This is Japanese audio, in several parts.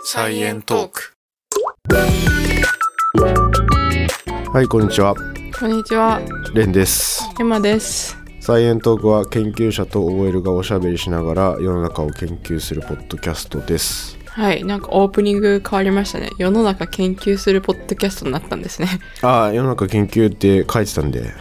サイエントーク。はいこんにちはこんにちは、レンですエマです。サイエントークは研究者と OL がおしゃべりしながら世の中を研究するポッドキャストですはい、なんかオープニング変わりましたね。世の中研究するポッドキャストになったんですね。ああ世の中研究って書いてたんで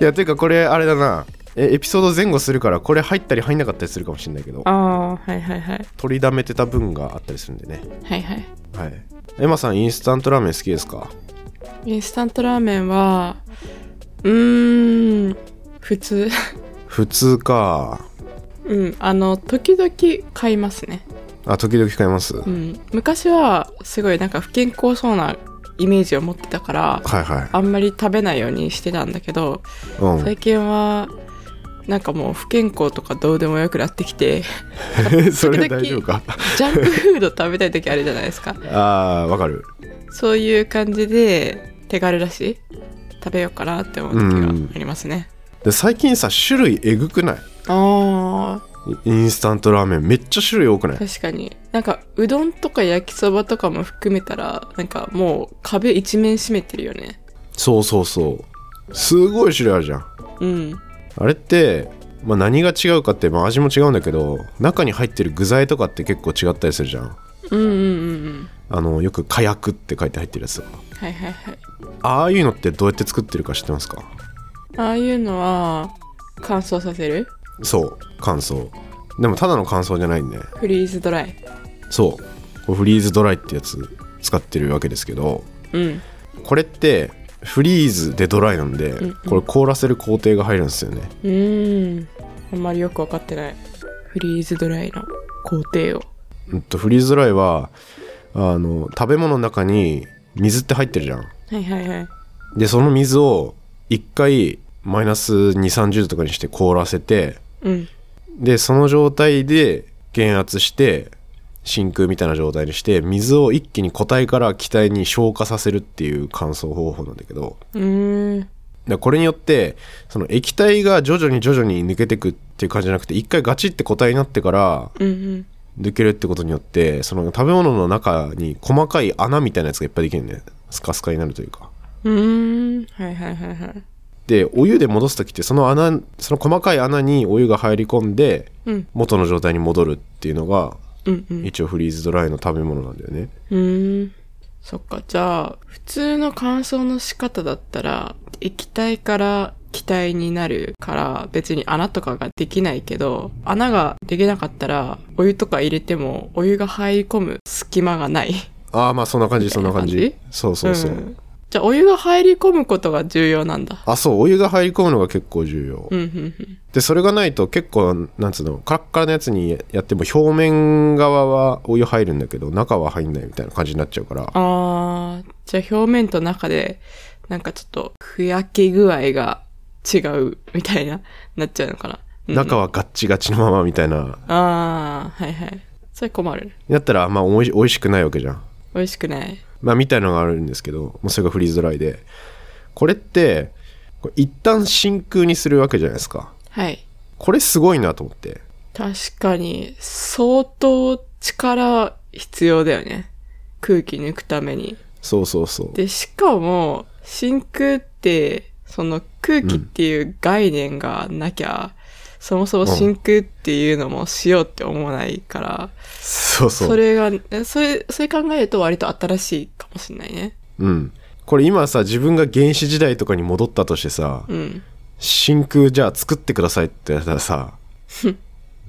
いやていうかこれあれだなえエピソード前後するからこれ入ったり入んなかったりするかもしれないけどああ、はいはいはい。取りだめてた分があったりするんでねはいはい。はいエマさんインスタントラーメン好きですかインスタントラーメンは、うーん、普通。 普通かうん、あの、時々買いますね。あ時々買います、うん。昔は、すごいなんか不健康そうなイメージを持ってたから、はいはいあんまり食べないようにしてたんだけど、うん最近は、なんかもう不健康とかどうでもよくなってきて、 それ大丈夫かジャンクフード食べたい時あるじゃないですか。ああわかるそういう感じで手軽だし食べようかなって思う時がありますね。で最近さ種類えぐくないああインスタントラーメンめっちゃ種類多くない確かになんかうどんとか焼きそばとかも含めたらなんかもう壁一面閉めてるよね。そうそうそうすごい種類あるじゃんうん。あれって、まあ、何が違うかって、まあ、味も違うんだけど中に入ってる具材とかって結構違ったりするじゃんうんうんうんうん。あのよく火薬って書いて入ってるやつとかはいはいはい。ああいうのってどうやって作ってるか知ってますかああいうのは乾燥させるそう乾燥でもただの乾燥じゃないんでフリーズドライ。そうこれフリーズドライってやつ使ってるわけですけどうん。これってフリーズでドライなんで、んうんこれ凍らせる工程が入るんですよねうーん。あんまりよくわかってない。フリーズドライの工程を。うんとフリーズドライはあの食べ物の中に水って入ってるじゃんはいはいはい。でその水を1回マイナス2 3 0度とかにして凍らせてうん。でその状態で減圧して真空みたいな状態にして水を一気に固体から気体に消化させるっていう乾燥方法なんだけどうーん。だからこれによってその液体が徐々に徐々に抜けてくっていう感じじゃなくて一回ガチって固体になってからうんうん。抜けるってことによってその食べ物の中に細かい穴みたいなやつがいっぱいできるんでスカスカになるというかうーん。はいはいはいはい。でお湯で戻す時ってその穴その細かい穴にお湯が入り込んでうん。元の状態に戻るっていうのがうんうん。う一応フリーズドライの食べ物なんだよねーん。そっか。じゃあ、普通の乾燥の仕方だったら、液体から気体になるから、別に穴とかができないけど、穴ができなかったら、お湯とか入れても、お湯が入り込む隙間がない。ああまあそんな感じそんな感みたいじな感そうそうそう、んじゃあ、お湯が入り込むことが重要なんだ。あそうお湯が入り込むのが結構重要、うんうんでそれがないと結構なんつうのカラッカラのやつにやっても表面側はお湯入るんだけど中は入んないみたいな感じになっちゃうからうん。あー、じゃあ表面と中で、なんかちょっと、ふやけ具合が違う、みたいな、なっちゃうのかな。うん中はガッチガチのままみたいなああ、はいはい。それ困る。やったらあんまおいしおいしくないわけじゃん美味しくない。まあみたいのがあるんですけどもうそれがフリーズドライでこれってこれ一旦真空にするわけじゃないですかはい。これすごいなと思って確かに、相当力必要だよね。空気抜くために。そうそうそうで、しかも、真空って、その空気っていう概念がなきゃ、そもそも真空っていうのもしようって思わないから、そうそうそれが、えそれ、それ考えると割と新しいかもしれないね。うんこれ今さ自分が原始時代とかに戻ったとしてさ、うん。真空じゃあ作ってくださいってやったら さ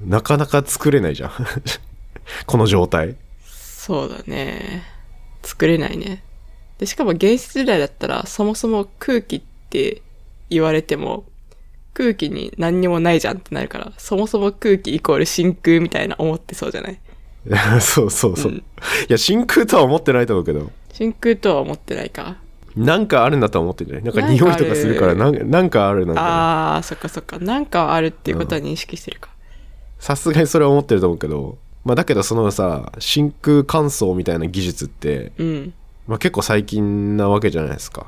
なかなか作れないじゃん この状態 そうだね。作れないね。で、しかも原始時代だったら、そもそも空気って言われても、空気に何にもないじゃんってなるから、そもそも空気イコール真空みたいな思ってそうじゃないそうそうそう、うんいや真空とは思ってないと思うけど真空とは思ってないか。なんかあるんだとは思ってんじゃないなんかなん匂かあいるとかするからなんなんかあるなんかあー、そっかそっか。なんかあるっていうことは認識してるか。さすがにそれは思ってると思うけどまあだけどそのさ真空乾燥みたいな技術って、うん。まあ、結構最近なわけじゃないですか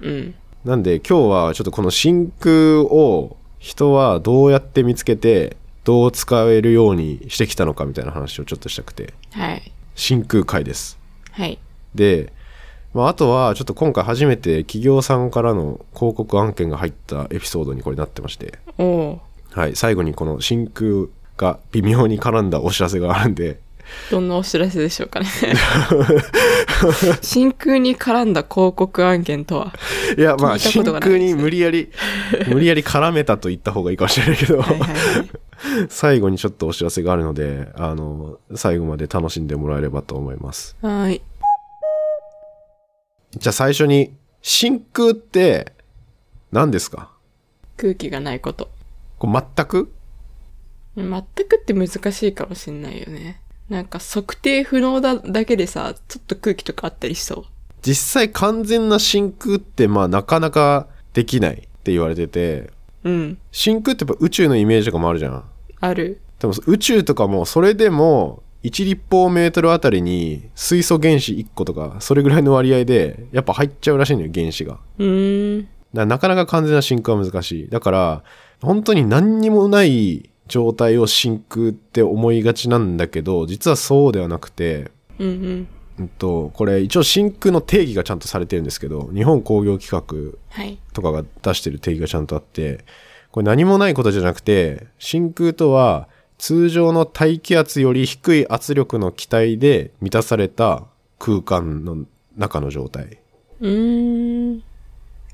うん。なんで今日はちょっとこの真空を人はどうやって見つけてどう使えるようにしてきたのかみたいな話をちょっとしたくてはい。真空回ですはい。で、まあ、あとはちょっと今回初めて企業さんからの広告案件が入ったエピソードにこれなってまして、おおはい、最後にこの真空が微妙に絡んだお知らせがあるんでー。どんなお知らせでしょうかね。真空に絡んだ広告案件とは。いやまあ聞いたこ真とがない空に無理やり無理やり絡めたと言った方がいいかもしれないけどはいはいはい。最後にちょっとお知らせがあるのであの最後まで楽しんでもらえればと思いますはーい。じゃあ最初に、真空って何ですか空気がないこと。これ全く全くって難しいかもしんないよね。なんか測定不能だだけでさ、ちょっと空気とかあったりしそう。実際完全な真空ってまあなかなかできないって言われてて、うん。真空ってやっぱ宇宙のイメージとかもあるじゃん。ある。でも宇宙とかもそれでも1立方メートルあたりに水素原子1個とかそれぐらいの割合でやっぱ入っちゃうらしいのよ原子が。うーん。だからなかなか完全な真空は難しい。だから、本当に何にもない状態を真空って思いがちなんだけど、実はそうではなくて、うんうん。うんと、これ一応真空の定義がちゃんとされてるんですけど、日本工業規格はい。とかが出してる定義がちゃんとあって、これ何もないことじゃなくて、真空とは通常の大気圧より低い圧力の気体で満たされた空間の中の状態。うーん。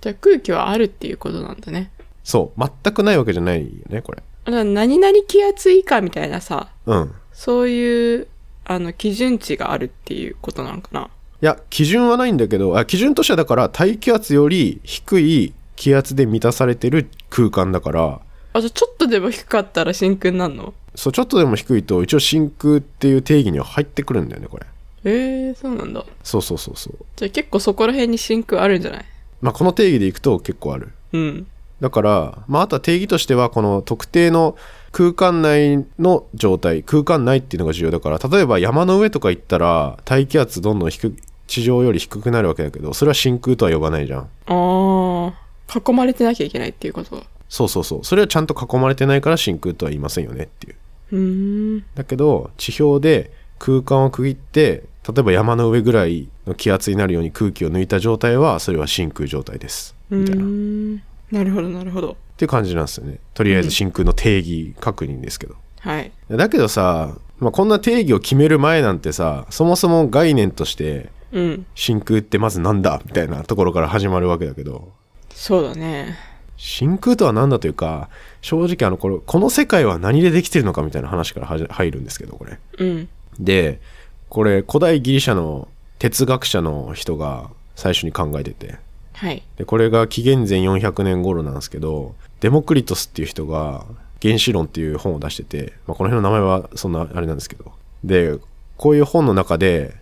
じゃあ空気はあるっていうことなんだね。そう、全くないわけじゃないよね、これ。だから何々気圧以下みたいなさ、うん。そういう、あの、基準値があるっていうことなんかな。いや基準はないんだけどあ基準としてはだから大気圧より低い気圧で満たされてる空間だからあ、じゃあちょっとでも低かったら真空になるのそうちょっとでも低いと一応真空っていう定義には入ってくるんだよねこれええー、そうなんだ。そうそうそうそうじゃあ結構そこら辺に真空あるんじゃないまあこの定義でいくと結構あるうん。だから、まあ、あとは定義としてはこの特定の空間内の状態空間内っていうのが重要だから例えば山の上とか行ったら大気圧どんどん低く地上より低くなるわけだけどそれは真空とは呼ばないじゃんああ、囲まれてなきゃいけないっていうこと。そうそうそうそれはちゃんと囲まれてないから真空とは言いませんよねっていううーん。だけど地表で空間を区切って例えば山の上ぐらいの気圧になるように空気を抜いた状態はそれは真空状態ですうみたいなっーん。なるほど、なるほど。ていう感じなんですよねとりあえず真空の定義確認ですけど、はい。だけどさ、まあ、こんな定義を決める前なんてさそもそも概念としてうん。真空ってまずなんだみたいなところから始まるわけだけどそうだね。真空とは何だというか正直あのこれこの世界は何でできてるのかみたいな話からはじ入るんですけどこれうん。でこれ古代ギリシャの哲学者の人が最初に考えててはい。でこれが紀元前400年頃なんですけどデモクリトスっていう人が「原子論」っていう本を出してて、まあ、この辺の名前はそんなあれなんですけどでこういう本の中で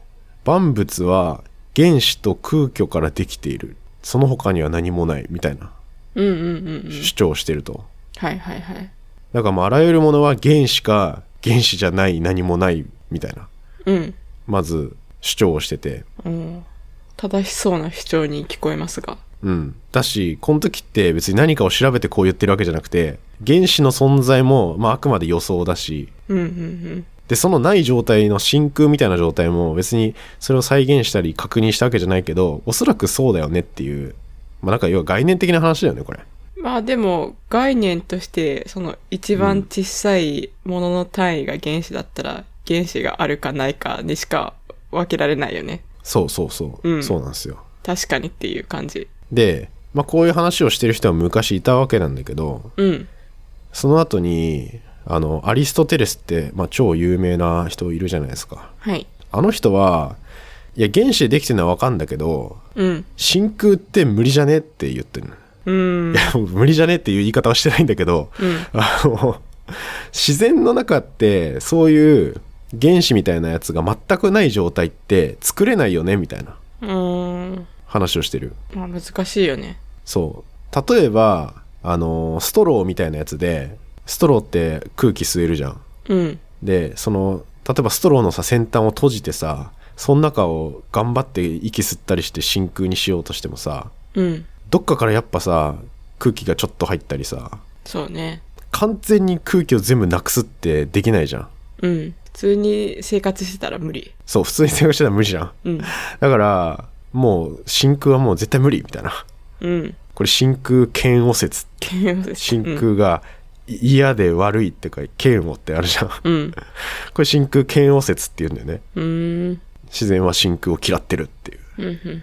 万物は原子と空虚からできているその他には何もないみたいなうんうんうんうん。主張をしてると、はいはいはい。だからもうあらゆるものは原子か原子じゃない何もないみたいなうん。まず主張をしててうん。正しそうな主張に聞こえますが。うん、だしこの時って別に何かを調べてこう言ってるわけじゃなくて原子の存在も、まあ、あくまで予想だしうんうんでそのない状態の真空みたいな状態も別にそれを再現したり確認したわけじゃないけどおそらくそうだよねっていう、まあ、なんか要は概念的な話だよねこれうん。まあでも概念としてその一番小さいものの単位が原子だったら原子があるかないかにしか分けられないよね。そうそうそう、うんそうなんですよ確かにっていう感じ。で、まあ、こういう話をしてる人は昔いたわけなんだけどうん。その後にあのアリストテレスって、まあ、超有名な人いるじゃないですかはい。あの人はいや原子でできてるのは分かんだけどうん。真空って無理じゃねって言ってるの。う ん。無理じゃねっていう言い方はしてないんだけど、うんあの、自然の中ってそういう原子みたいなやつが全くない状態って作れないよねみたいなうーん。話をしてる。まあ難しいよね。そう。例えば、あの、ストローみたいなやつで、ストローって空気吸えるじゃん。うん。で、その、例えばストローのさ、先端を閉じてさ、その中を頑張って息吸ったりして真空にしようとしてもさ、うん。どっかからやっぱさ空気がちょっと入ったりさそうね。完全に空気を全部なくすってできないじゃんうん普通に生活してたら無理そう普通に生活してたら無理じゃんうんだからもう真空はもう絶対無理みたいなうんこれ真空嫌悪説嫌悪説真空がい嫌で悪いってか嫌悪ってあるじゃんこうんれ真空嫌悪説って言うんだよねうんうん自然は真空を嫌ってるっていうっうんうん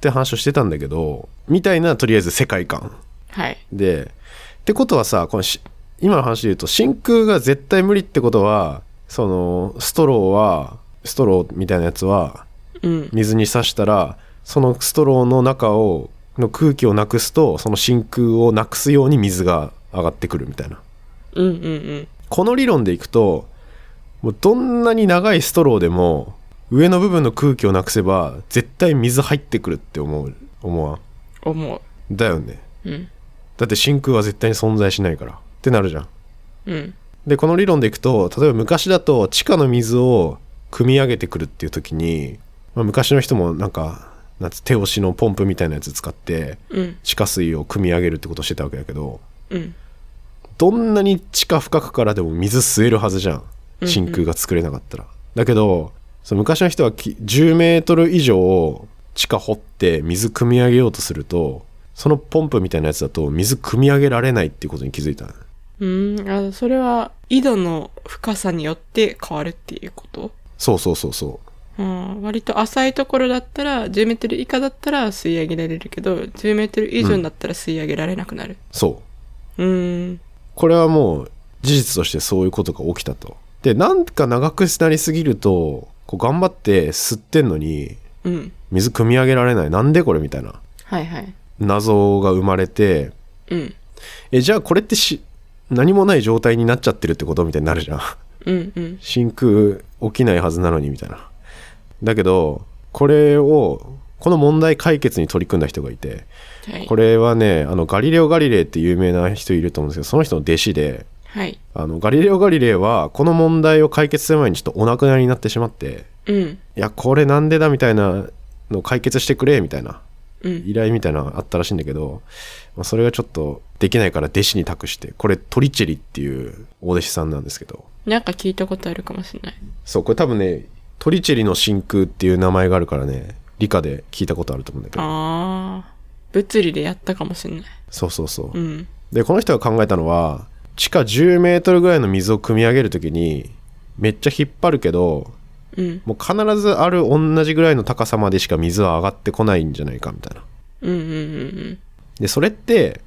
て話をしてたんだけどみたいなとりあえず世界観はいでってことはさこのし今の話で言うと真空が絶対無理ってことはそのストローはストローみたいなやつはうん水に刺したらそのストローの中をの空気をなくすとその真空をなくすように水が上がってくるみたいなうんうんうんこの理論でいくともうどんなに長いストローでも上の部分の空気をなくせば絶対水入ってくるって思う思わん思だよねううんだって真空は絶対に存在しないからってなるじゃんうんでこの理論でいくと例えば昔だと地下の水を汲み上げてくるっていう時に、まあ、昔の人もなんかなんつ手押しのポンプみたいなやつ使ってうん地下水を汲み上げるってことをしてたわけだけどうんどんなに地下深くからでも水吸えるはずじゃん真空が作れなかったら。だけどその昔の人はき10メートル以上地下掘って水汲み上げようとするとそのポンプみたいなやつだと水汲み上げられないっていうことに気づいたのねうんあそれは井戸の深さによって変わるっていうことそうそうそうそううん、割と浅いところだったら1 0メートル以下だったら吸い上げられるけど1 0メートル以上になったら吸い上げられなくなるそううーんこれはもう事実としてそういうことが起きたと。でなんか長くなりすぎるとこう頑張って吸ってんのにうん水汲み上げられないなんでこれみたいなはいはい謎が生まれてうんえじゃあこれってし何もない状態になっちゃってるってことみたいになるじゃん うんうん真空起きないはずなのにみたいなだけどこれをこの問題解決に取り組んだ人がいてはいこれはねあのガリレオ・ガリレイって有名な人いると思うんですけどその人の弟子ではいあのガリレオ・ガリレイはこの問題を解決する前にちょっとお亡くなりになってしまってうんいやこれなんでだみたいなのを解決してくれみたいなうん依頼みたいなのがあったらしいんだけど、まあ、それがちょっとできないから弟子に託してこれトリチェリっていうお弟子さんなんですけどなんか聞いたことあるかもしれないそうこれ多分ねトリチェリの真空っていう名前があるからね理科で聞いたことあると思うんだけどあー物理でやったかもしれないそうそうそう、うんでこの人が考えたのは地下10メートルぐらいの水を汲み上げるときにめっちゃ引っ張るけどうんもう必ずある同じぐらいの高さまでしか水は上がってこないんじゃないかみたいな。うんうんうんでそれって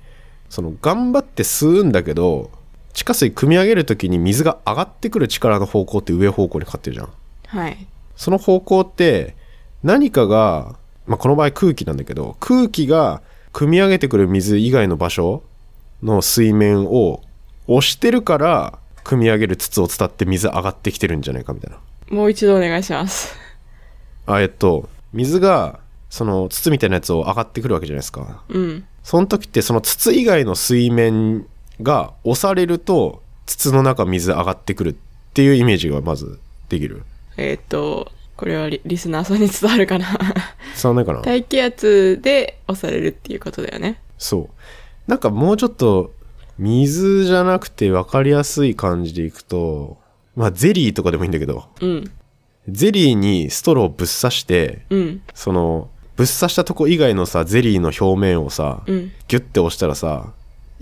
その頑張って吸うんだけど地下水汲み上げる時に水が上がってくる力の方向って上方向にかかってるじゃん。はいその方向って何かが、まあ、この場合空気なんだけど空気が汲み上げてくる水以外の場所の水面を押してるから汲み上げる筒を伝って水上がってきてるんじゃないかみたいな。もう一度お願いしますあえっと水がその筒みたいなやつを上がってくるわけじゃないですかうんその時ってその筒以外の水面が押されると筒の中水上がってくるっていうイメージがまずできるえっ、とこれはリリスナーさんに伝わるかな伝わんないかな大気圧で押されるっていうことだよねそうなんかもうちょっと水じゃなくて分かりやすい感じでいくとまあゼリーとかでもいいんだけどうんゼリーにストローをぶっ刺してうんそのぶっ刺したとこ以外のさゼリーの表面をさ、うんギュッて押したらさ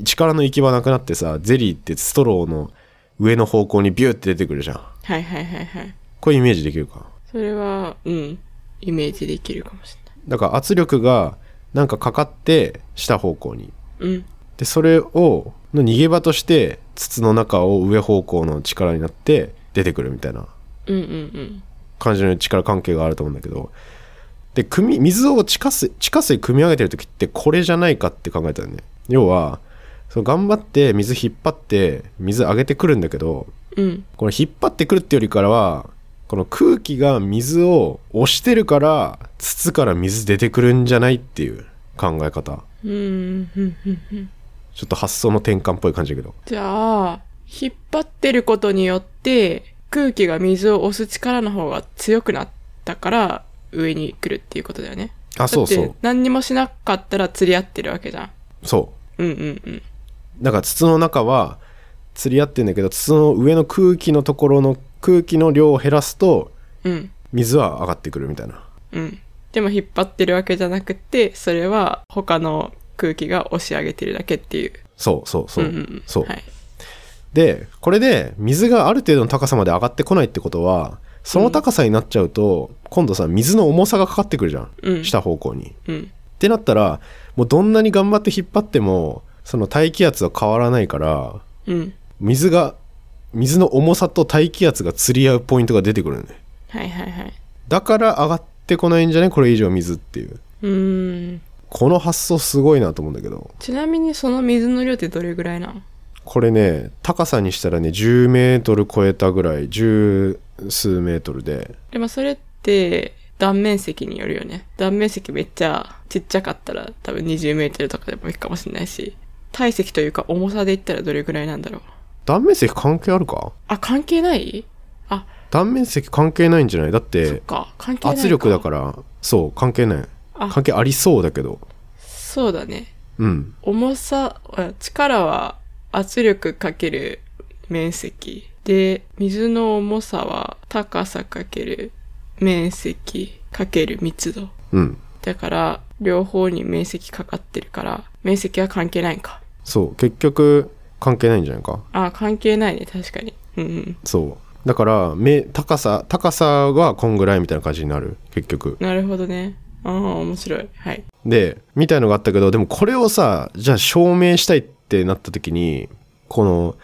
力の行き場なくなってさゼリーってストローの上の方向にビューって出てくるじゃんはいはいはいはいこれイメージできるかそれはうんイメージできるかもしだから圧力がなんかかかって下方向にれないうんでそれをの逃げ場として筒の中を上方向の力になって出てくるみたいなうんうん感じの力関係があると思うんだけどで組み水を地下水地下水組み上げてる時ってこれじゃないかって考えたよね要はその頑張って水引っ張って水上げてくるんだけどうんうんこの引っ張ってくるってよりからはこの空気が水を押してるから筒から水出てくるんじゃないっていう考え方うんうんうんうんちょっと発想の転換っぽい感じだけどじゃあ引っ張ってることによって空気が水を押す力の方が強くなったから上に来るっていうことだよねあそうそだってう何にもしなかったら釣り合ってるわけじゃんそうんうんうんうだから筒の中は釣り合ってんだけどその上の空気のところの空気の量を減らすとうん水は上がってくるみたいなうんでも引っ張ってるわけじゃなくてそれは他の空気が押し上げてるだけっていうそうそうそう、んんんそう、はい、でこれで水がある程度の高さまで上がってこないってことはその高さになっちゃうと、今度さ水の重さがかかってくるじゃん、うん下方向にうんってなったらもうどんなに頑張って引っ張ってもその大気圧は変わらないからうん水が水の重さと大気圧が釣り合うポイントが出てくるのねはいはいはいだから上がってこないんじゃないこれ以上水っていううーんこの発想すごいなと思うんだけどちなみにその水の量ってどれぐらいなんこれね高さにしたらね10メートル超えたぐらい十数メートルででもそれって断面積によるよね断面積めっちゃちっちゃかったら多分2 0ルとかでもいいかもしれないし体積というか重さで言ったらどれぐらいなんだろう断面積関係あるかあ関係ないあ断面積関係ないんじゃないだっそってか関係ない圧力だらからそう関係ないあ関係ありそうだけどそうだねうん重さあ力は圧力かける面積で水の重さは高さかける面積かける密度うんだから両方に面積かかってるから面積は関係ないんかそう結局関係ないんじゃないかあ関係ないね確かにうんうんそうだからめ高さ高さはこんぐらいみたいな感じになる結局なるほどねああ面白いはいでみたいのがあったけどでもこれをさじゃあ証明したいってなった時にこの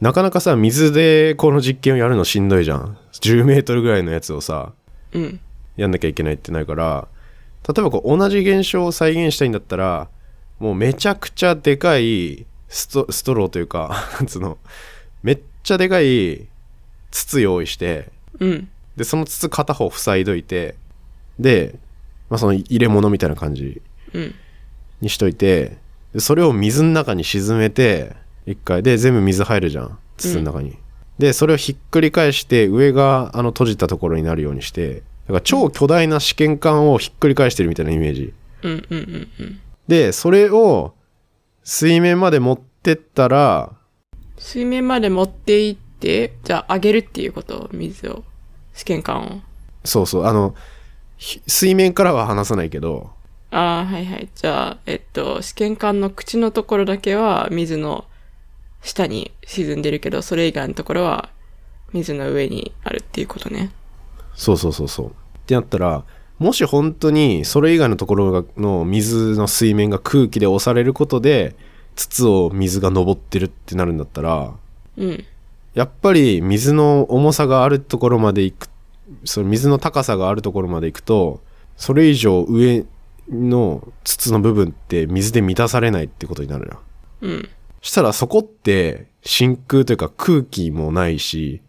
なかなかさ水でこの実験をやるのしんどいじゃん10メートルぐらいのやつをさうんやんなきゃいけないってなるから例えばこう同じ現象を再現したいんだったらもうめちゃくちゃでかいストストローというか なんつうのめっちゃでかい筒用意してうんでその筒片方塞いどいてで、まあ、その入れ物みたいな感じうんにしといてでそれを水の中に沈めて一回で全部水入るじゃん筒の中に、でそれをひっくり返して上があの閉じたところになるようにしてだから超巨大な試験管をひっくり返してるみたいなイメージうんうんうんうんでそれを水面まで持ってったら水面まで持っていってじゃあ上げるっていうこと水を試験管をそうそうあのひ水面からは離さないけどああはいはいじゃあえっと試験管の口のところだけは水の下に沈んでるけどそれ以外のところは水の上にあるっていうことねそうそうそうそうってなったらもし本当にそれ以外のところがの水の水面が空気で押されることで筒を水が上ってるってなるんだったらうんやっぱり水の重さがあるところまで行くその水の高さがあるところまで行くとそれ以上上の筒の部分って水で満たされないってことになるじゃんうんしたらそこって真空というか空気もないし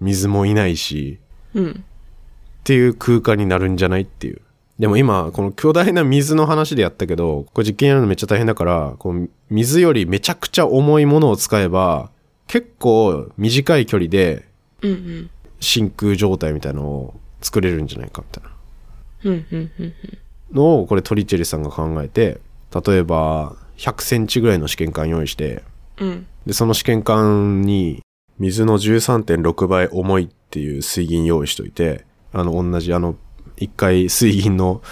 水もいないしうんっていう空間になるんじゃないっていう。でも今、この巨大な水の話でやったけど、これ実験やるのめっちゃ大変だから、この水よりめちゃくちゃ重いものを使えば、結構短い距離でうんうん真空状態みたいなのを作れるんじゃないかみたいなうんうんうんのを、これトリチェリさんが考えて、例えば100センチぐらいの試験管用意して、うんで、その試験管に水の13.6倍重いっていう水銀用意しといて、あの、同じあの、一回水銀の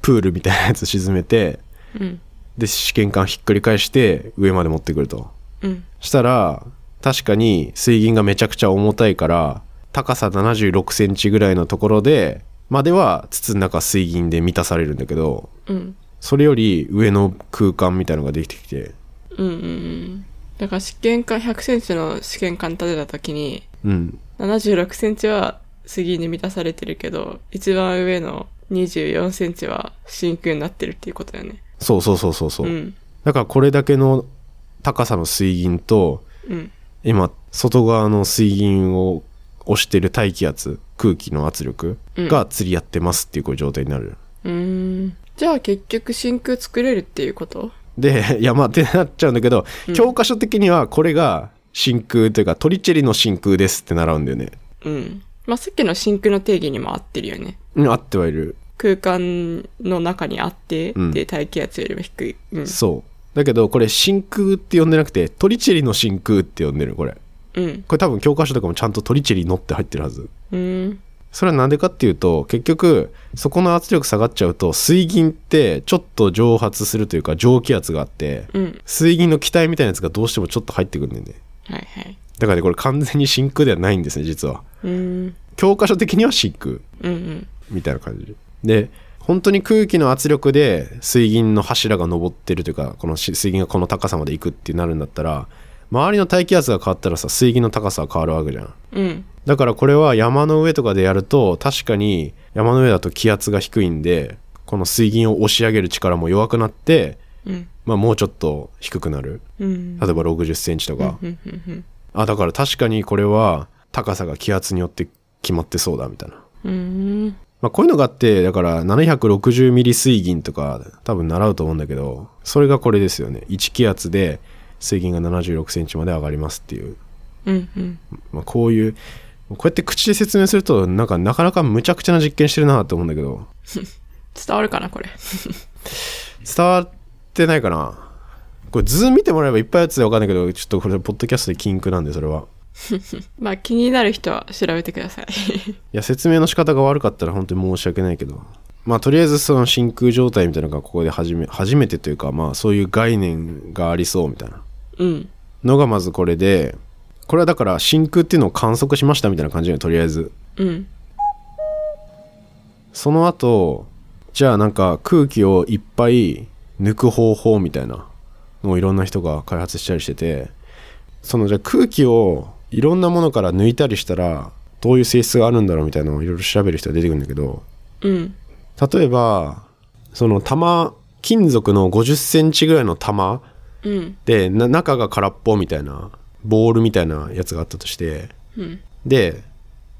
プールみたいなやつ沈めて、うんで、試験管ひっくり返して上まで持ってくると。うんしたら、確かに水銀がめちゃくちゃ重たいから、高さ76センチぐらいのところで、までは筒の中水銀で満たされるんだけど、うんそれより上の空間みたいのができてきて、うんうんうんだから試験管100センチの試験管立てた時にうん、 76センチは杉に満たされてるけど一番上の24センチは真空になってるっていうことだよねそうそうそうそうそう。うんだからこれだけの高さの水銀とうん今外側の水銀を押してる大気圧空気の圧力が釣り合ってますっていうこういう状態になる。うーんじゃあ結局真空作れるっていうことで いやまあってなっちゃうんだけど、うん教科書的にはこれが真空というかトリチェリの真空ですって習うんだよね。うんまあさっきの真空の定義にも合ってるよねうん合ってはいる。空間の中にあって、うんで大気圧よりも低い、うん、そう。だけどこれ真空って呼んでなくてトリチェリの真空って呼んでるこれうん。これ多分教科書とかもちゃんとトリチェリのって入ってるはずうん。それはなんでかっていうと結局そこの圧力下がっちゃうと水銀ってちょっと蒸発するというか蒸気圧があってうん。水銀の気体みたいなやつがどうしてもちょっと入ってくるんだよねはいはい。だからねこれ完全に真空ではないんですね実はうん。教科書的には真空うんうん。みたいな感じで本当に空気の圧力で水銀の柱が上ってるというかこのし水銀がこの高さまで行くってなるんだったら周りの大気圧が変わったらさ水銀の高さは変わるわけじゃんうん。だからこれは山の上とかでやると確かに山の上だと気圧が低いんでこの水銀を押し上げる力も弱くなって、うん。まあ、もうちょっと低くなるうん。例えば6 0センチとか、うんうんあだから確かにこれは高さが気圧によって決まってそうだみたいなうん。うん。まあ、こういうのがあってだから760ミリ水銀とか多分習うと思うんだけどそれがこれですよね1気圧で水銀が76センチまで上がりますっていう、うんうん。まあ、こういうこうやって口で説明するとなんかなかなかむちゃくちゃな実験してるなと思うんだけど伝わるかな、これ。 伝わってないかなこれ図見てもらえばいっぱいやつでわかんないけどちょっとこれポッドキャストで禁句なんでそれはまあ、気になる人は調べてください。いや説明の仕方が悪かったら本当に申し訳ないけどまあとりあえずその真空状態みたいなのがここで初め初めてというかまあそういう概念がありそうみたいな うん。のがまずこれでこれはだから真空っていうのを観測しましたみたいな感じでとりあえずうん。その後じゃあなんか空気をいっぱい抜く方法みたいなのをいろんな人が開発したりしててそのじゃあ空気をいろんなものから抜いたりしたらどういう性質があるんだろうみたいなのをいろいろ調べる人が出てくるんだけどうん。例えばその玉金属の5 0センチぐらいの玉うん。でな中が空っぽみたいなボールみたいなやつがあったとしてうん。で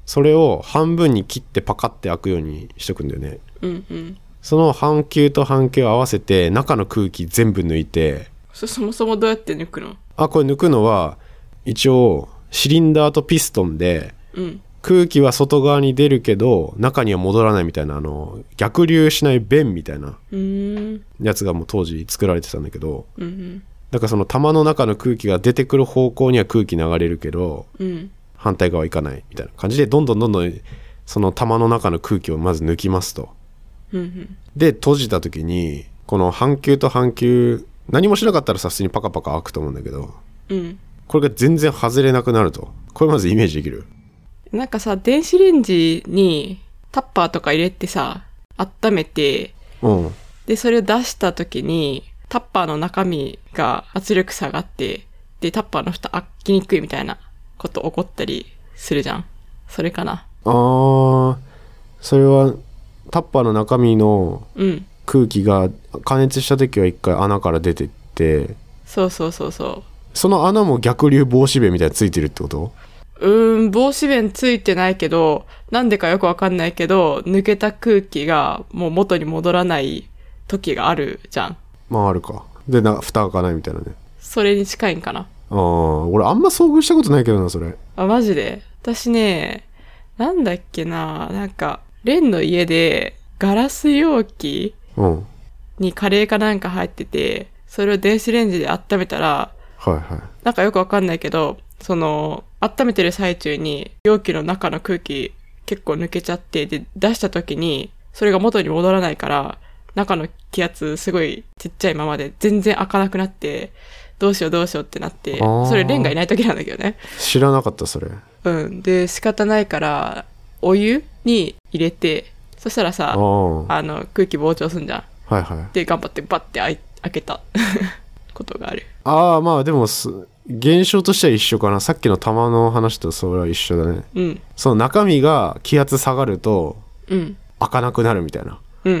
それを半分に切ってパカッて開くようにしとくんだよねうん。うん。その半球と半球を合わせて中の空気全部抜いてそそもそもどうやって抜くのあこれ抜くのは一応シリンダーとピストンでうん。空気は外側に出るけど中には戻らないみたいなあの逆流しない弁みたいなうーん。やつがもう当時作られてたんだけどうん。だからその玉の中の空気が出てくる方向には空気流れるけどうん。反対側行かないみたいな感じでどんどんどんどんその玉の中の空気をまず抜きますとうん。で閉じた時にこの半球と半球何もしなかったらさすがにパカパカ開くと思うんだけどうん。これが全然外れなくなるとこれまずイメージできるなんかさ、電子レンジにタッパーとか入れてさ、温めて、うんで、それを出した時に、タッパーの中身が圧力下がって、で、タッパーの蓋開きにくいみたいなこと起こったりするじゃん。それかな。あーそれはタッパーの中身のうん。空気が加熱した時は一回穴から出てってそうそうそうそその穴も逆流防止弁みたいについてるってことう。うーん、防止弁ついてないけど、なんでかよくわかんないけど、抜けた空気がもう元に戻らない時があるじゃん。まああるかでな蓋開かないみたいなねそれに近いんかな。ああ俺あんま遭遇したことないけどなそれあ、マジで私ね、なんだっけな、なんか、レンの家でガラス容器うんにカレーかなんか入ってて、それを電子レンジで温めたら、はいはいなんかよくわかんないけど、その、温めてる最中に容器の中の空気結構抜けちゃって、で、出した時に、それが元に戻らないから、中の気圧すごいちっちゃいままで全然開かなくなって、どうしようどうしようってなって、あーそれレンがいない時なんだけどね。知らなかったそれうん。で、仕方ないから、お湯に入れて、そしたらあさ、あはあの、空気膨張すんじゃん。いはいで、頑張ってバッて開い開けた ことがある。ああまあでもす現象としては一緒かなさっきの玉の話とそれは一緒だねうん。その中身が気圧下がるとうん。開かなくなるみたいなうんう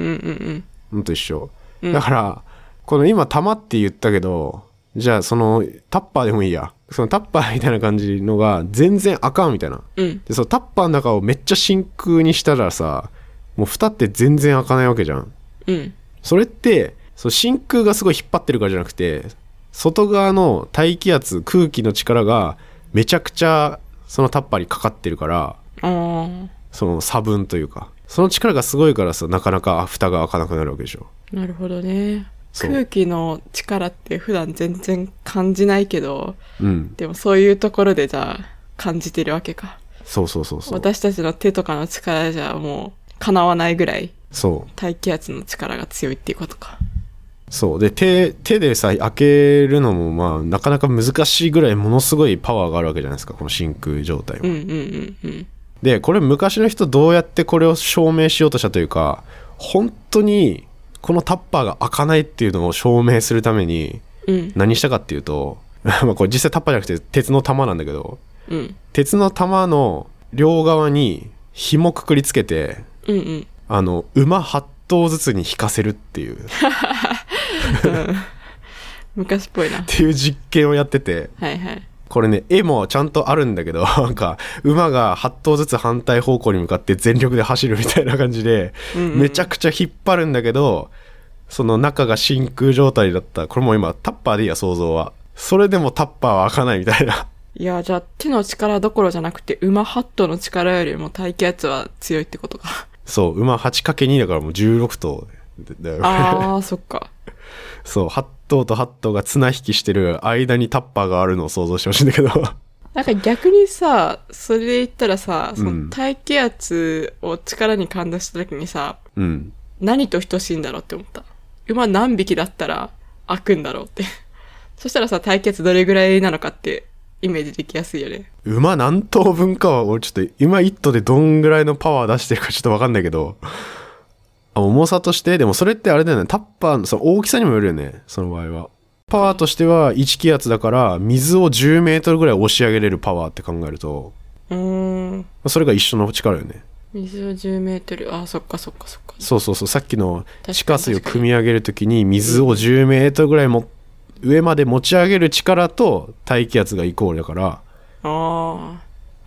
んうんのと一緒、うんだからこの今玉って言ったけどじゃあそのタッパーでもいいやそのタッパーみたいな感じのが全然開かんみたいなうん。うん。でそのタッパーの中をめっちゃ真空にしたらさもう蓋って全然開かないわけじゃんうん。それってその真空がすごい引っ張ってるからじゃなくて外側の大気圧空気の力がめちゃくちゃそのタッパーにかかってるからあその差分というかその力がすごいからさなかなか蓋が開かなくなるわけでしょあ、なるほどね。そう空気の力って普段全然感じないけど、うんでもそういうところでじゃあ感じてるわけか。そうそうそうそう私たちの手とかの力じゃもう叶わないぐらいそう大気圧の力が強いっていうことか。そうで手手でさ開けるのもまあなかなか難しいぐらいものすごいパワーがあるわけじゃないですかこの真空状態うは、んうんうんうん。でこれ昔の人どうやってこれを証明しようとしたというか本当にこのタッパーが開かないっていうのを証明するためにうん何したかっていうと まあこれ実際タッパーじゃなくて鉄の玉なんだけどうん鉄の玉の両側に紐くくりつけてうんうん。あの馬8頭ずつに引かせるっていうっ昔っぽいな。ていう実験をやっててはいはい。これね絵もちゃんとあるんだけど なんか馬が8頭ずつ反対方向に向かって全力で走るみたいな感じで、うんうんめちゃくちゃ引っ張るんだけどその中が真空状態だったこれもう今タッパーでいいや想像はそれでもタッパーは開かないみたいな いや、じゃあ手の力どころじゃなくて馬ハットの力よりも大気圧は強いってことか。そう馬 8×2 だからもう16頭だよああ、そっか。 そう8頭と8頭が綱引きしてる間にタッパーがあるのを想像してほしいんだけど なんか逆にさ、それで言ったらさ、そうんの大気圧を力に感動した時にさ、うん何と等しいんだろうって思った。馬何匹だったら開くんだろうって。そしたらさ、大気圧どれぐらいなのかってイメージできやすいよね。馬何頭分かは俺ちょっと今一頭でどんぐらいのパワー出してるかちょっと分かんないけどあ重さとしてでもそれってあれだよねタッパーのその大きさにもよるよねその場合はパワーとしては1気圧だから水を1 0ルぐらい押し上げれるパワーって考えるとうーん。それが一緒の力よね水を10メートル。ああ、そっかそっかそっか。そうそうそうさっきのかに地下水を汲み上げるときに水を1 0ルぐらいも上まで持ち上げる力と大気圧がイコールだからああ。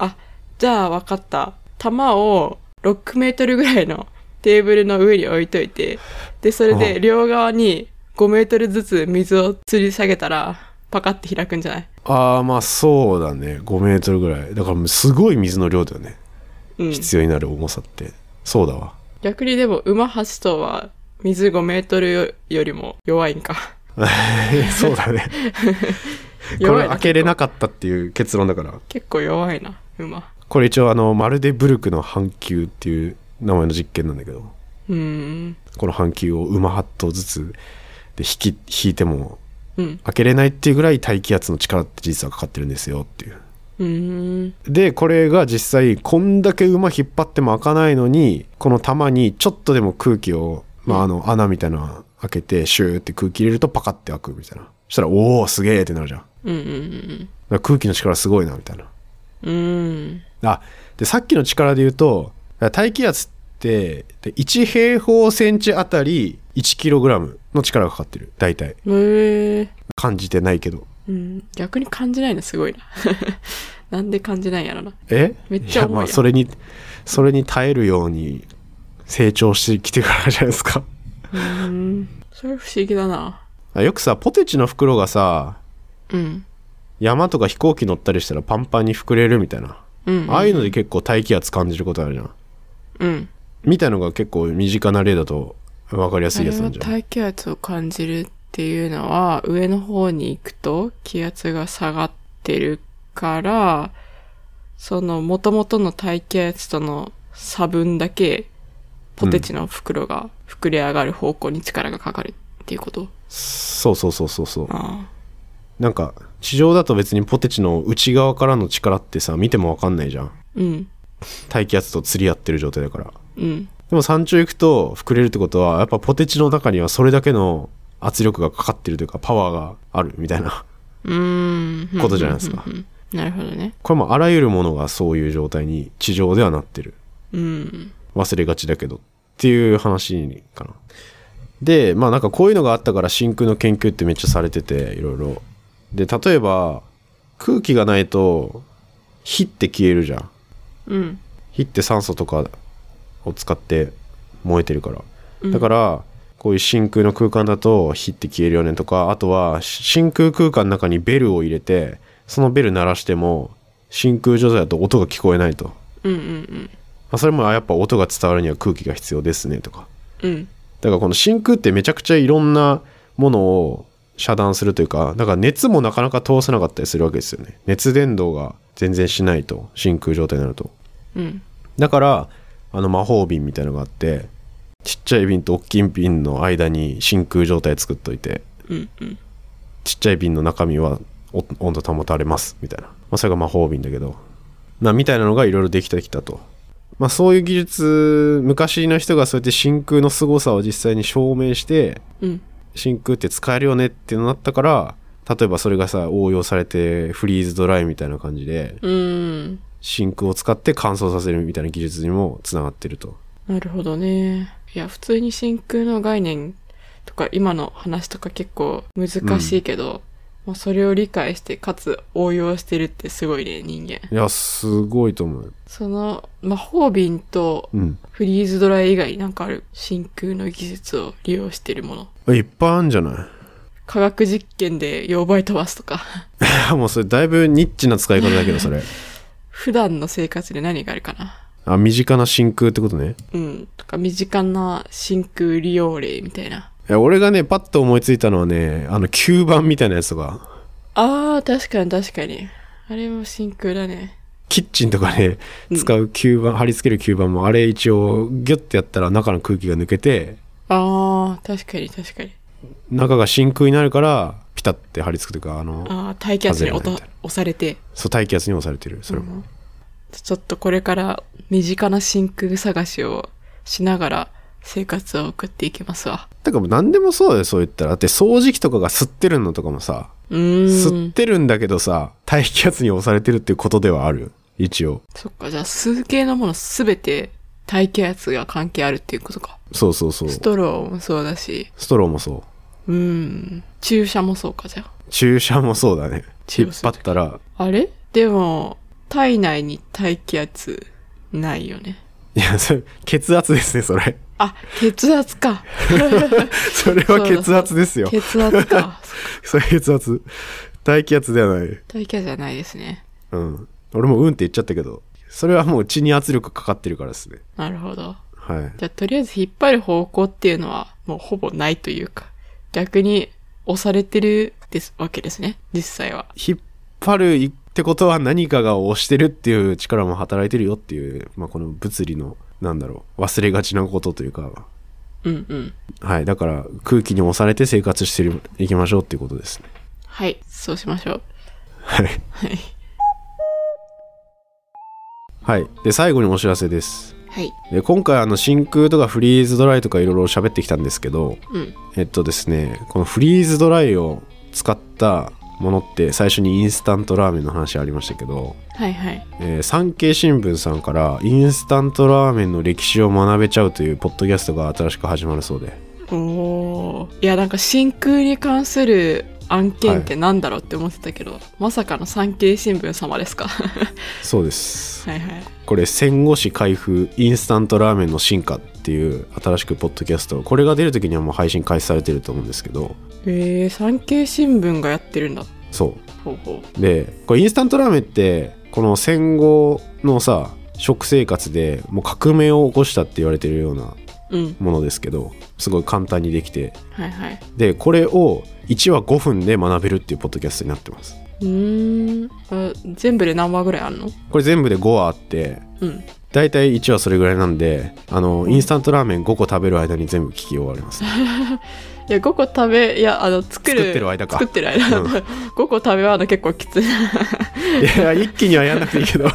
あ、じゃあ分かった。玉を6メートルぐらいのテーブルの上に置いといて、で、それうで両側に5メートルずつ水を吊り下げたら、パカって開くんじゃないああまあそうだね5メートルぐらいだからもうすごい水の量だよねうん。必要になる重さって、そうだ わ逆にでも、馬8頭は水5メートルよよりも弱いんか。そうだねこ弱いなれ開けれなかったっていう結論だから結構弱いな、馬。これ一応あのまるでブルクの半球っていう名前の実験なんだけどうーん。この半球を馬8頭ずつで引き引いてもうん。開けれないっていうぐらい大気圧の力って実はかかってるんですよっていううーん。でこれが実際こんだけ馬引っ張っても開かないのにこの玉にちょっとでも空気を、まあ、あの穴みたいなの開けてシューって空気入れるとパカって開くみたいなそしたら「おおすげえ!」ってなるじゃんだかうんうんら空気の力すごいなみたいなうんうん。うーん。あでさっきの力で言うと大気圧ってで1平方センチあたり 1kg の力がかかってる大体へえ。感じてないけどうん、逆に感じないのすごいな。 なんで感じないんやろな。えめっちゃ重いやんやまあそれにそれに耐えるように成長してきてからじゃないですかうん。それ不思議だな。あよくさポテチの袋がさうん。山とか飛行機乗ったりしたらパンパンに膨れるみたいな、うん、ああいうので結構大気圧感じることあるじゃんうん。みたいのが結構身近な例だと分かりやすあいれやつなはんじゃない大気圧を感じるっていうのは、上の方に行くと気圧が下がってるから、その元々の大気圧との差分だけ、ポテチの袋が膨れ上がる方向に力がかかるっていうこと。そうそうそうそうそうあなんか地上だと別にポテチの内側からの力ってさ見ても分かんないじゃんあ。うん。大気圧と釣り合ってる状態だからうん。でも山頂行くと膨れるってことはやっぱポテチの中にはそれだけの圧力がかかってるというかパワーがあるみたいなうーん。ことじゃないですかうんうんうんうん。なるほどね。これもあらゆるものがそういう状態に地上ではなってるうん。忘れがちだけどっていう話かなでまあなんかこういうのがあったから真空の研究ってめっちゃされてていろいろで例えば空気がないと火って消えるじゃんうん。火って酸素とかを使って燃えてるからだからこういう真空の空間だと火って消えるよねとかあとは真空空間の中にベルを入れてそのベル鳴らしても真空状態だと音が聞こえないとうんうんまあそれもあやっぱ音が伝わるには空気が必要ですねとかうん。うん。だからこの真空ってめちゃくちゃいろんなものを遮断するというかだから熱もなかなか通せなかったりするわけですよね熱伝導が全然しないと真空状態になるとうんだからあの魔法瓶みたいのがあってちっちゃい瓶と大きい瓶の間に真空状態作っといてうんうんちっちゃい瓶の中身はお温度保たれますみたいな、まあ、それが魔法瓶だけどなみたいなのがいろいろできてきたと、まあ、そういう技術昔の人がそうやって真空の凄さを実際に証明してうん真空って使えるよねってなったから例えばそれがさ応用されてフリーズドライみたいな感じでうん真空を使って乾燥させるみたいな技術にもつながってるとなるほどねいや普通に真空の概念とか今の話とか結構難しいけど、まあ、それを理解してかつ応用してるってすごいね人間いやすごいと思うその魔法瓶とうんフリーズドライ以外なんかある真空の技術を利用してるものいっぱいあるんじゃない 科学実験で溶媒飛ばすとかいやもうそれだいぶニッチな使い方だけどそれ普段の生活で何があるかなあ身近な真空ってことねうんとか身近な真空利用例みたいないや俺がねパッと思いついたのはねあの吸盤みたいなやつとかあー確かに確かにあれも真空だねキッチンとかで、うん使う吸盤貼り付ける吸盤もあれ一応ギュッてやったら中の空気が抜けてあー確かに確かに中が真空になるからピタッて貼り付くというかあのああ大気圧に外れない音みた押いなされてそう大気圧に押されてるそれも、うんちょっとこれから身近な真空探しをしながら生活を送っていきますわだからもう何でもそうだよそう言ったらだって掃除機とかが吸ってるのとかもさうー吸っんてるんだけどさ大気圧に押されてるっていうことではあるよ一応そっかじゃあ数形のものすべて大気圧が関係あるっていうことかそうそうそうストローもそうだしストローもそううーん注射もそうかじゃあ注射もそうだね注引っ射す張るったらあれでも体内に大気圧ないよねいやそれ血圧ですねそれあ血圧かそれは血圧ですよ血圧かそれ血圧大気圧ではない大気圧じゃないですねうん俺もうんって言っちゃったけどそれはもう血に圧力かかってるからですねなるほどはいじゃあ、とりあえず引っ張る方向っていうのは、もうほぼないというか、逆に押されてるですわけですね、実際は。引っ張るってことは何かが押してるっていう力も働いてるよっていう、まあ、この物理のなんだろう忘れがちなことというかうんうん。はいだから空気に押されて生活してるいきましょうっていうことですねはい、そうしましょう。はいはい。はいで最後にお知らせですはい。で今回あの真空とかフリーズドライとかいろいろ喋ってきたんですけどうん。えっとですねこのフリーズドライを使ったものって最初にインスタントラーメンの話ありましたけど、はいはい。えー産経新聞さんからインスタントラーメンの歴史を学べちゃうというポッドキャストが新しく始まるそうでおー。いや、なんか真空に関する案件ってなんだろうって思ってたけど、まさかの産経新聞様ですか。 はそうですいはい。これ戦後史開封インスタントラーメンの進化っていう新しくポッドキャストこれが出る時にはもう配信開始されてると思うんですけどえー、産経新聞がやってるんだ。そうほうほでこれインスタントラーメンってこの戦後のさ食生活でもう革命を起こしたって言われてるようなう。うん。ものですけどすごい簡単にできてはいはい。でこれを1話5分で学べるっていうポッドキャストになってますうーん。あ全部で何話ぐらいあるのこれ全部で5話あってうん。だいたい1話それぐらいなんであのインスタントラーメン5個食べる間に全部聞き終わります、いや5個食べいやあの作る作ってる間か作ってる間、うん 5個食べはの結構きついいや一気にはやんなくていいけどあ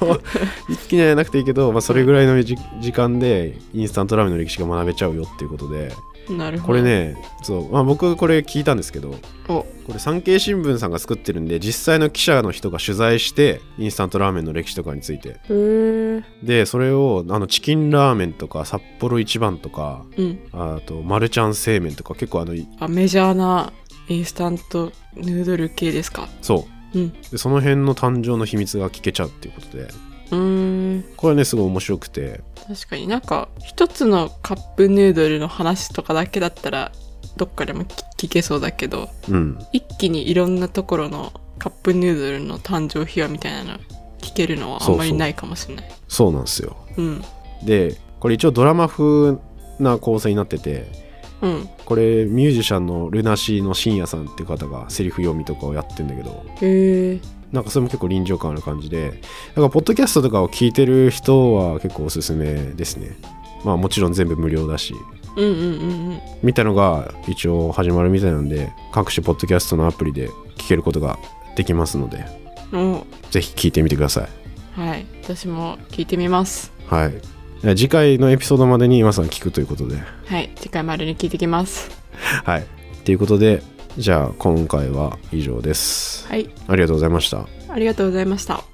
の一気にはやんなくていいけど、まあ、それぐらいのじ時間でインスタントラーメンの歴史が学べちゃうよっていうことでなるほどこれねそう、まあ、僕これ聞いたんですけどおこれ産経新聞さんが作ってるんで実際の記者の人が取材してインスタントラーメンの歴史とかについてへーでそれをあのチキンラーメンとか札幌一番とかうんあとマルちゃん製麺とか結構あのあメジャーなインスタントヌードル系ですかそうんうでその辺の誕生の秘密が聞けちゃうっていうことでうーんこれねすごい面白くて確かになんか一つのカップヌードルの話とかだけだったらどっかでも聞聞けそうだけどうん一気にいろんなところのカップヌードルの誕生秘話みたいなの聞けるのはあんまりないかもしれないそうなんですようんでこれ一応ドラマ風な構成になっててうん。これミュージシャンのルナシーの深夜さんって方がセリフ読みとかをやってんだけどへえ。なんかそれも結構臨場感ある感じでだからポッドキャストとかを聞いてる人は結構おすすめですねまあもちろん全部無料だしうんうんうんうん。見たのが一応始まるみたいなんで各種ポッドキャストのアプリで聞けることができますのでおぜひ聞いてみてくださいはい。私も聞いてみます。はいじゃあ次回のエピソードまでに今さん聞くということではい。次回までに聞いてきます。はいということでじゃあ今回は以上ですはい。ありがとうございましたありがとうございました。